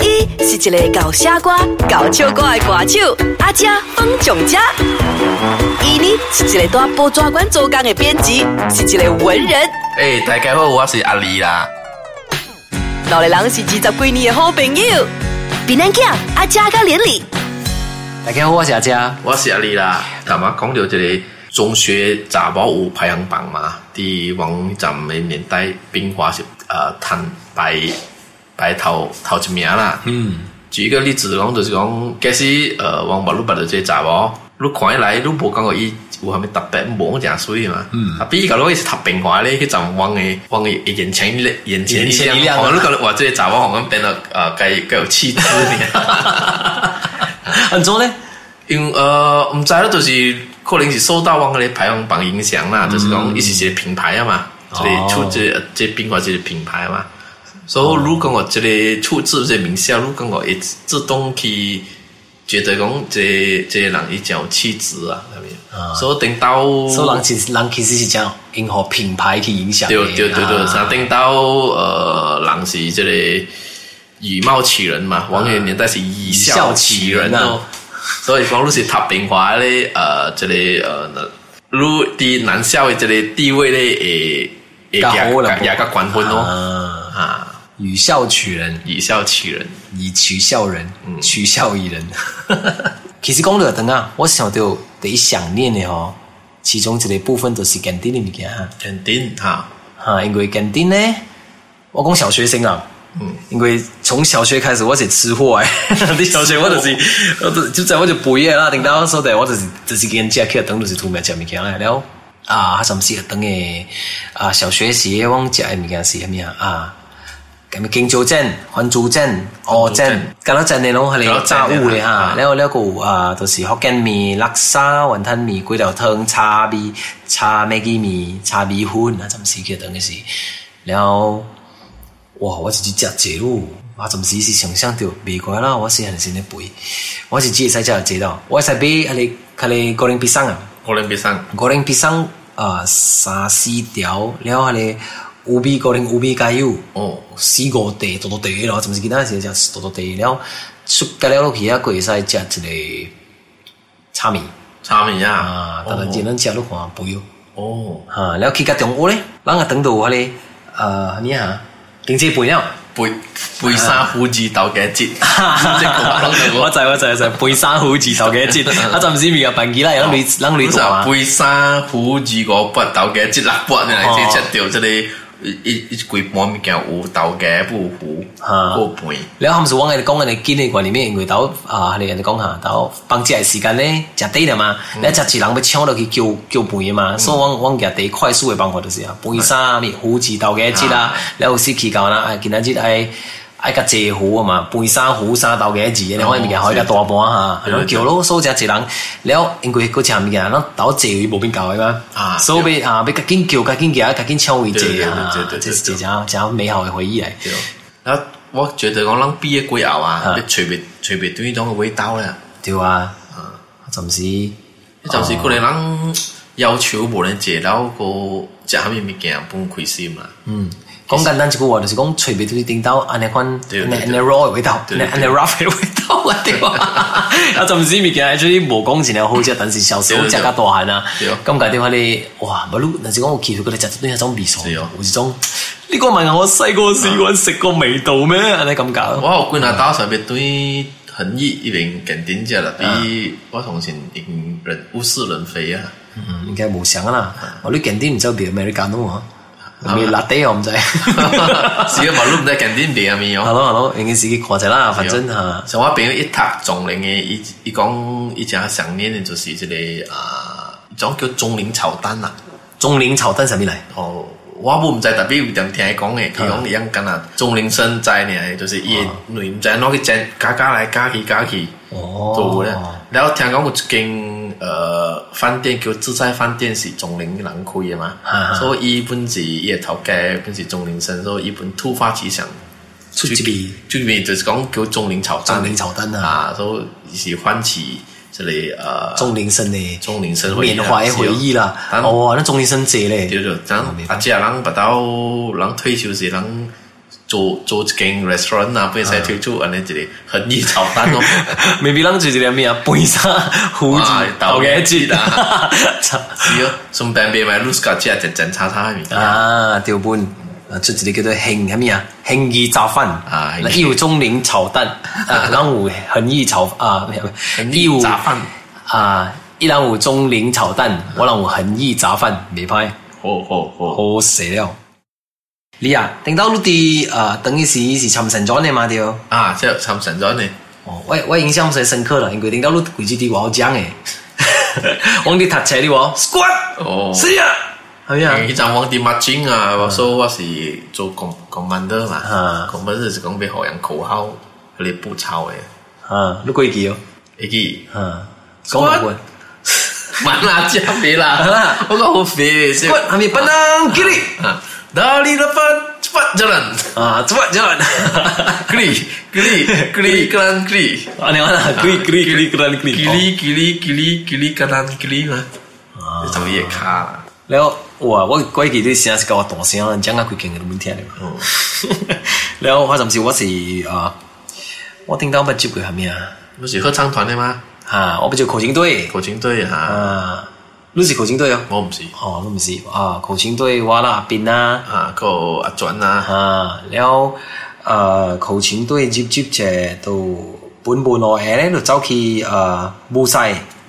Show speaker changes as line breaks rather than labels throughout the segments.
伊是一个搞傻歌、搞笑歌的歌手，阿姐方强家。伊呢是一个在报纸馆做工的编辑，是一个文人。
诶、大家好，我是阿丽啦。
老的人是二十几年的好朋友。比咱囝阿姐甲连理，
大家好，我是阿佳。
我是阿丽啦。头嘛讲到一个中学查某有排行榜嘛，伫网站的年代，冰华是呃摊排排头头一名啦。
嗯，
举一个例子讲，就是讲，假使呃网络你捌到这个查某，你看伊来，你无感觉伊有啥物特别，无讲正水嘛。
嗯
啊，比如讲，如果伊是读平华咧，迄阵网诶网诶眼前一亮眼前
眼前一
一
亮
亮，哦，
啊
你讲哇，这个查某好像变得呃，该该有气质呢。
嗯安怎呢？
因为呃，毋知咧，就是可能是受到网个排行榜影响啦，就是讲伊是一个品牌啊嘛，
嗯哦
这里出这呃这冰块这个品牌嘛，
哦
所以如果我这里出自这个名校，如果我会自动去觉得讲这这个人伊真有气质啊，那
啊
边，所以等到
所以人其实人其实是这样，因何品牌去影响的。啊
对对对对，啥顶到呃，人是这个以貌取人嘛，王源年代是以笑取人
啊以笑取人
哦
啊。
所以讲，你是读平华咧，呃，这个呃，如伫男校的这个地位咧，会会
较好了
也较关分哦
啊，
啊，
以笑取人，
以笑取人，
以取笑人，
嗯
取笑于人。 其实讲到等啊，我想到第一想念的哦，其中一个部分就是肯定的物件哈。
肯定哈，
哈，啊因为肯定呢，我讲小学生啊，
嗯，
因为从小学开始我是吃货哎， 你小学我就是，我就是就在我就不业啦，顶到我说的我就是就是跟人家去等就是突然食物件来了啊，什么时等诶啊，小学时我食诶物件是啥物啊啊。咁咪金州镇、番州镇、澳镇，咁多镇你拢系
甘
嚟
蔗
炸
鎮
物嚟
啊
哈，
啊
然后呢個有啊，就是福建面、叻沙、雲吞面、粿條湯、叉米、叉咩雞面、叉米粉啊，陣時嘅等嘅事。然後，哇！我自己食這咯，我陣時是想象到美國啦，我是很先咧背，我是只係使食這到，我係俾阿你，佢哋高齡必生啊。
可能别上
五零必生啊，三四条，然后咧五米五零五米加油，
哦，
四五地多多地咯，甚至其他时食多多地，然后出隔了落去啊，佢会使食一个炒面
差面
啊
啊，，
但系咱食落看肥油
哦，
啊，然后去到中午咧，咱啊等到我咧呃，你啊，经济肥 了。
背背山虎子豆嘅 节，即係
我知我知我知，背山好字头 嘅一節，啊阵时咪有笨机啦，有女有女
不是
做
啊
啊，
背衫虎二个八豆嘅，即六八呢，
哦
啊即七条即你一一一规盘物件有豆嘅不糊，
啊
个盘
แล้วคำสุว่าไงก้องกันในกินในกว่านี้ไม่เองเลยแต่ว่าอ่าเนี่ยในก้องหาแต่ว่าบางทีไอ้สิ่งกันเนี่ยจะได้เนี่ยมาแล้วจะจีหลังไปเช่าเราคือเกี่ยวเกี่ยวปุ๋ยมาซึ่งว่างว่างแกได้快速的办法就是啊ปุ๋ยซ่ามีหูจีเตาแกจี啦แล้วสิขี้เก่านะไอ้กินนั้นจีไอ้ไอ้กระเจหูอ่ะมาปุ๋ยซ่าหูซ่าเตาแกจีเนี่ยว่ามีแกหอยกระตัวบัวฮะแล้วเกี่ยวโลโซ่จะจีหลังแล้วเองกูก็จะมีแกแล้วเตาเจอยู่บนเป็นเก่าใช่ไหมโซ่ไปอ่าไปกัดกินเกี่ยวกัดกินแกกัดกินเช่าอีเจอ่ะ啊这是比较比较美好的回忆来
对。然后啊我觉得讲咱毕业过后啊
啊，
你随便随便对种嘅味道咧，
对啊，
啊，
暂时
你就是可能咱要求无人食到个食虾米物件不开心啦，
嗯，讲简单一句话就是讲，随便对叮到安尼款，安
对
尼
对
安尼 raw 的味道，安
对
尼
对
安尼 rough 的味道 啊，对吧？啊，暂时物件 actually 无讲真系好食，但是小时候食
对对
较大汉啊
对，
咁解啲話你哇，咪如，但是講我見佢哋食到一種味素，
對哦
有一種呢個唔係我細個時嗰陣食過味道咩？安尼咁搞，
我有几拿刀上面对恒毅一边肯定食啦，
啊
比我同前已经人物是人非 啊，
嗯，應該冇想啦。我啲近啲唔知有別 Americano 啊，咪辣地 啊我唔知。
是啊，嘛你唔知肯定变虾米哦
係。咯係咯，應該自己看者
啊
啦，反正啊嚇。
像我朋友一读中陵嘅，伊伊讲伊正想念嘅就是即、个啊，一种叫中陵炒蛋啦。
中年炒蛋什麼嚟？
啊哦，我冇唔知特别有人听伊讲嘅，佢讲伊样讲啊，中陵生仔呢，就是伊女唔知攞去整加加来加去加去
哦
做咧。然後聽講有一間呃飯店叫自在飯店是中陵人開嘅嘛
啊啊，
所以伊本是伊嘅頭家本是中陵生，所以伊本突發奇想。
出一邊
出面就是講叫中陵炒蛋，
中陵炒蛋啊
啊，所以是喚起這裡呃啊
钟林生的
中陵生
缅怀回忆啦。
哦，
哦，那钟林生姐嘞，
對對，咱
明白
阿姐人不到人退休時，人做做一間 restaurant 啊，本身推出安尼一個很易炒蛋咯。
maybe 咱就是一个咩啊，半山胡子
哇
头嘅一 節啊，
是啊，順便買埋 lose 架只整整叉叉面。
啊，掉半啊，出一个叫做興係咩啊？興意炸飯
啊興
義中林炒 蛋啊，然後恆意炒啊，
恆意炸飯
啊，一然有中林炒蛋，我讓我恆意炸飯，未歹。
好好好，
好死了！你啊，定到你啲啊，等於是是沉神咗你嘛掉。
啊，即係參神咗呢。
哦，我我印象最深刻啦，因為定到你鬼子啲話好講 嘅，我哋讀車啲話 squat，
哦嗯
死啊，係咪啊？
迄陣我啲 margin 啊，我所以我是做 com commander 嘛
啊
，commander 是講俾學人口號，佢哋步操嘅。
啊，你鬼記哦，
一記
啊，講埋過
Squat 滿啦，加肥啦
啊，
我講好肥嘅，
，squat 係咪不能激你
啊，哪里的飯飯就能。
啊，squat 咗，
Glee, glee, glee, kanan glee.
啊你話啦，gri 哦 gri gri gri gri，
Glee, glee, glee, glee, kanan glee 嘛。你怎麼也卡了？
然後哇，我鬼記啲聲是夠我啊大聲，講下佢勁嘅都冇聽到。
哦
แล้วความสำคัญว่าสิเอ่อ
啊
ว่าติงต้องไปจิบกับเมีย
不是合唱團的嗎？
อ่าว่าไปจิบโคชิงด้วย
口琴隊哈，
อ่ารู้สึกโคชิงด้วยเหรอ
啊哦我不啊是
อ๋อรู้ไม่สิอ่าโคชิงด้วยว่าละปินนะ
啊，個阿轉啊，
อ่าแล้วเอ่อโคชิงด้วยจิบจิบเจตัวปุ่นปุ่นอแอร์เนี่ยเราเจ้าคีเอ่อ
啊
บูไซ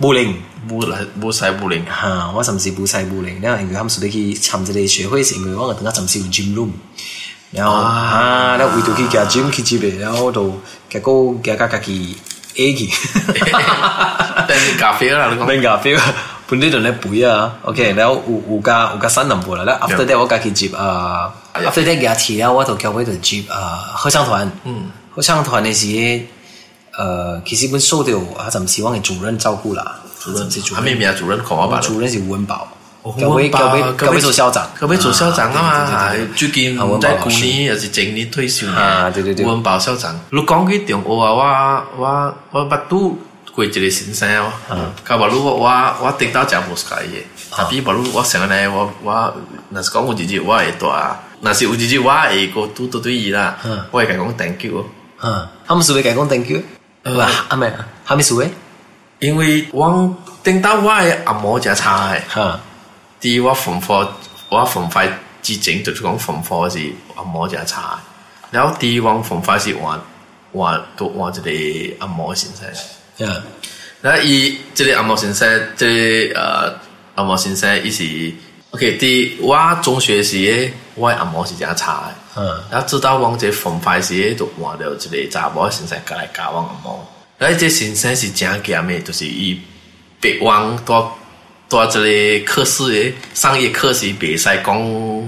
บูลิง
不來不塞不靈
ฮะว่าสำสิบูไซบูลิงเนี่ยอย่างที่ทำสุดที่คือทำจะได้学会สิ่งที่ว่าถึงกับสำสิจิมรุ่มแล้วอ่าแล้ววิธีที่แกจิมคือจิบแล้วตัวแกก็แกก็แกกีเอกี
但是咖啡啦，你講
恁咖啡本地人咧杯啊，OK，然後有有加有加三兩杯啦，然後 after that 我家去接啊
呀
，after that 加提了，我同教會就接啊合唱團，嗯，合唱團嘅時，呃，其實本收到啊，暫時我嘅主任照顧啦，主任是主
阿
任，
妹妹啊，主任講我吧。
主任是文寶，
哦
教會
文寶
教會
教
教
會
會做校長，
可不可以做校長啊嘛？
對對對對
最近
啊文寶
在
老
古
師，
年也是前年退休
啊對對對
温飽校長。你講起中學啊，我我我捌拄過一個先生哦，甲無如我我我頂到真無介嘅，但比無如我上來我我若是講有一日我會大，若是有一日我會過拄到對伊啦
嗯，
我會甲講 thank you 哦。
嗯，他們是會講 thank you，
呃
哇，阿妹，他們是會，
因為我頂到我的阿嬷真差嘅，
哈，
啲我縫貨我縫塊之前就是講縫貨是阿嬷真差嘅，然後啲我縫塊是換換都換一個阿嬷先生。
嗯，
那伊即个阿毛先生，即、个呃阿毛先生，伊是 OK 第我中学时诶，我的阿毛是真差诶。
嗯，
然后直到我这分派时诶，就换了一个查某先生过来教我阿毛。然后这先生是真严诶，就是伊别往到到即个课室诶，上一课时别使讲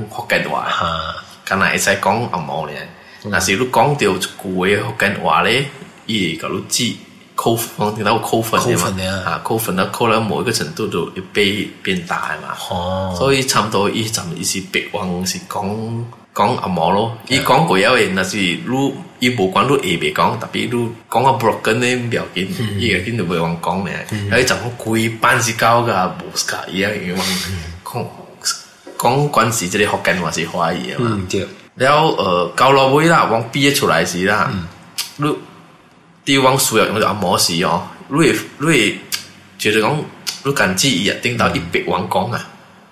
福建话。
哈，
敢若会使讲阿毛咧，
嗯
若是你讲到一句嘅福建话咧，伊会甲你指扣分，听到扣分
扣
的
分的
嘛，
啊
啊，扣分到扣到某一个程度就会被变大的嘛，
哦，
所以差不多伊阵伊是白话是讲讲阿毛咯，伊讲过了诶，若是你伊无管你会袂讲，特别你讲啊 broken 咧唔要紧，伊个紧就袂往讲咧，啊伊阵我规班是教噶无是教伊啊，伊往讲讲关系即个福建话是华语啊嘛。呃
嗯，對，
แล้วเออเกาเราไว้ละวังปีเอชหลายสีละรู้ตีวังสวยเราจะเอาหมอสีอ๋อรู้เอรู้เอ觉得讲รู้感激伊啊顶到一百万讲啊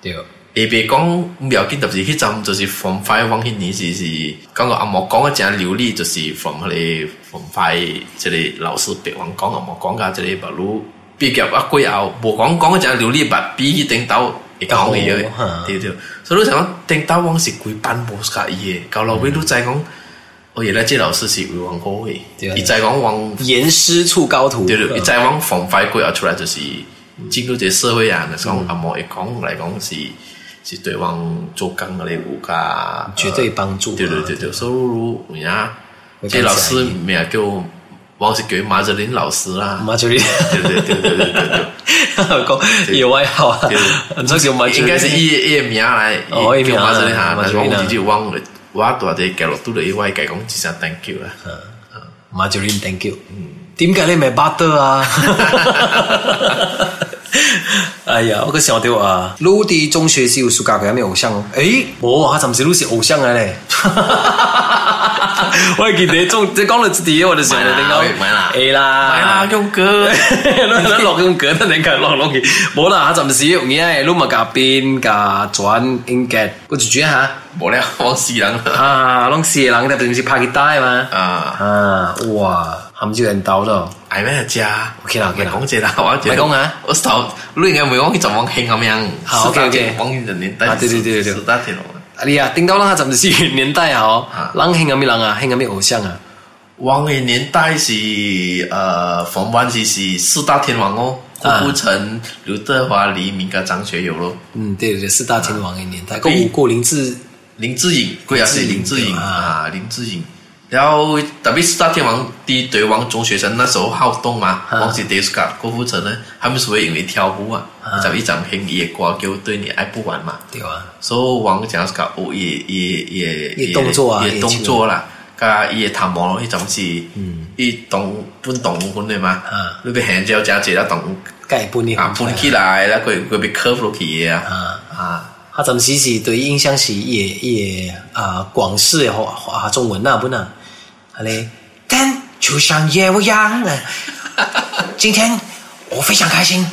對。
一百讲唔要紧，就是迄阵就是 from five 往迄年是是讲个阿嬷讲个真流利，就是 from 迄个 from five 即个老师白往讲阿嬷讲甲即个，不如毕业啊过后无讲讲个真流利，把比迄顶到会讲个
哦哈
对对，所以我想讲顶到往是规班无甲伊诶，到落尾你知讲，我原来这老师是为往好诶，
嗯对啊
伊知讲往
严师出高徒，
对对，伊
嗯
知往防范过后出来就是进入这社会啊，那时候
嗯
阿嬷会讲来讲是是对往做工的咧有加
绝对帮助嘛
呃
啊
对对对对，所以如有影，
我
这
感
老
谢
师
你
名叫我是叫马哲林老师啦，
马哲林
对对对对对对对。
讲有外号啊
对，
这是马哲林
应该是伊的伊的名来，
哦他的名啊
马哲林哈，
马
但
哲
是
林啊
我自己忘了，我大只记录拄着伊，我会甲伊讲一声 thank you 啦。
à? 马哲林，thank you。点解你咪巴得啊？哎呀，我個時候屌啊！老啲中學時候暑假佢有咩偶像？誒，冇啊，暫時老是偶像嘅 咧。我係見你中，你講到自己，我就想你點
買啦買啦
講？A 啦，
係啦， 勇 哥，
咱落咁卷，咱嚟落落去，冇啦，暫時用嘢撈埋夾邊夾轉應嘅，我就轉下
冇咧，我死人啦，
啊，攏是人，特別是拍吉他嘛，
啊，
啊，哇，含住人鬥咯，
係哎咩只
？OK 啦，OK 啦
講，這啦， 我
唔係講啊，
我手，你應該唔會講佢就往慶咁樣，
好
十大
OK，OK
天往人年代，
啊對對對對對
十大天王，
哎呀，頂到啦，暫時年代啊，哦
啊，
人興咁咩人啊，興咁咩偶像啊，
王嘅年代是，呃，冯班是是四大天王哦，郭
啊
富城、劉德華、黎明加張學友咯，
嗯，對對對，四大天王嘅年代，個
誒
五個林志，
林志穎，佢也是林
林
志
志
穎
穎
啊，林志穎。然後特別四大天王第一對王中學生那時候好動嘛，
啊
王是 d e s c a 郭富城呢，他們是會因為跳舞啊，就一張拼夜歌叫對你愛不完嘛，
對啊，
所以王講是搞舞也也也
也動作啊
也
也
動作啦，加也彈幕咯，一種是，一動搬動款的嘛
啊，
你被hand 就加住一動
介半年
啊搬起來，然後佢佢被 curve 落去啊，
啊。
啊。
他怎么其实对印象是也也啊广式的华华中文啊，不能，好嘞，但就像夜未央了。今天我非常开心。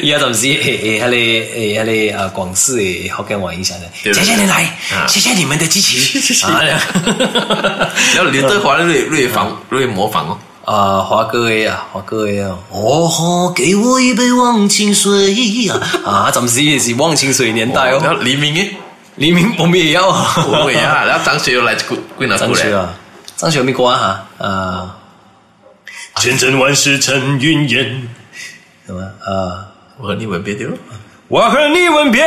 而家就唔知誒誒喺你誒喺你啊廣式嘅福建話影響
對對
咧，謝
對
謝你來
啊，
謝謝你們的支持。啊
然後劉德華你你仿你模仿哦，
啊，华哥嘅啊，华哥嘅啊，哦吼，给我一杯忘情水啊！啊，暫時也是忘情水年代
然
哦，
後黎明誒，
黎明我们也要，
我會啊，然後張學友來歸歸哪
张
過
學
嚟？
啊，张學有咩歌啊？吓，呃，
千真万世尘云烟，
什么？呃，
我和你吻別丟，
我和你吻别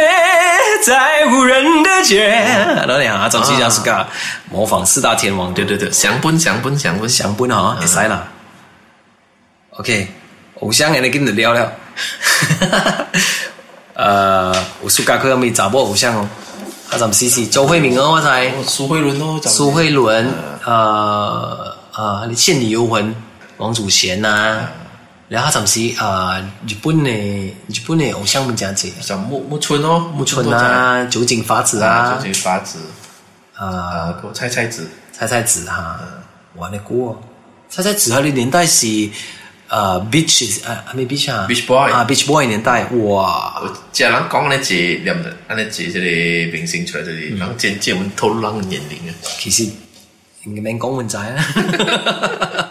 在无人的街。然后你啊，张學就是个模仿四大天王，对
對對
对
對，
对，
想搬想搬想搬想，
想搬啊，会使啦。OK，偶像嘅你跟住聊 聊。呃，我暑假佢有冇查某偶像哦？啊，暂时是周慧敏哦，我猜。
蘇慧倫咯，
苏慧伦，呃呃，《倩女幽魂》，王祖贤呐、然后暂时啊，呃日本的日本的偶像们这样子，
就木木村咯，木
春啊，酒井法子
啊，
啊
周，杰發子
啊，
啊，我猜猜子，
菜菜子哈、我玩得过，菜菜子她的年代是呃，Beach 啊，还没 Beach 啊
Beach Boy 呃
啊，Beach Boy 年代，哇，
我即係人講咧，借兩人，安尼借即個明星出來，即係人漸漸會透露人年齡啊。
其实应该蛮讲文仔啊。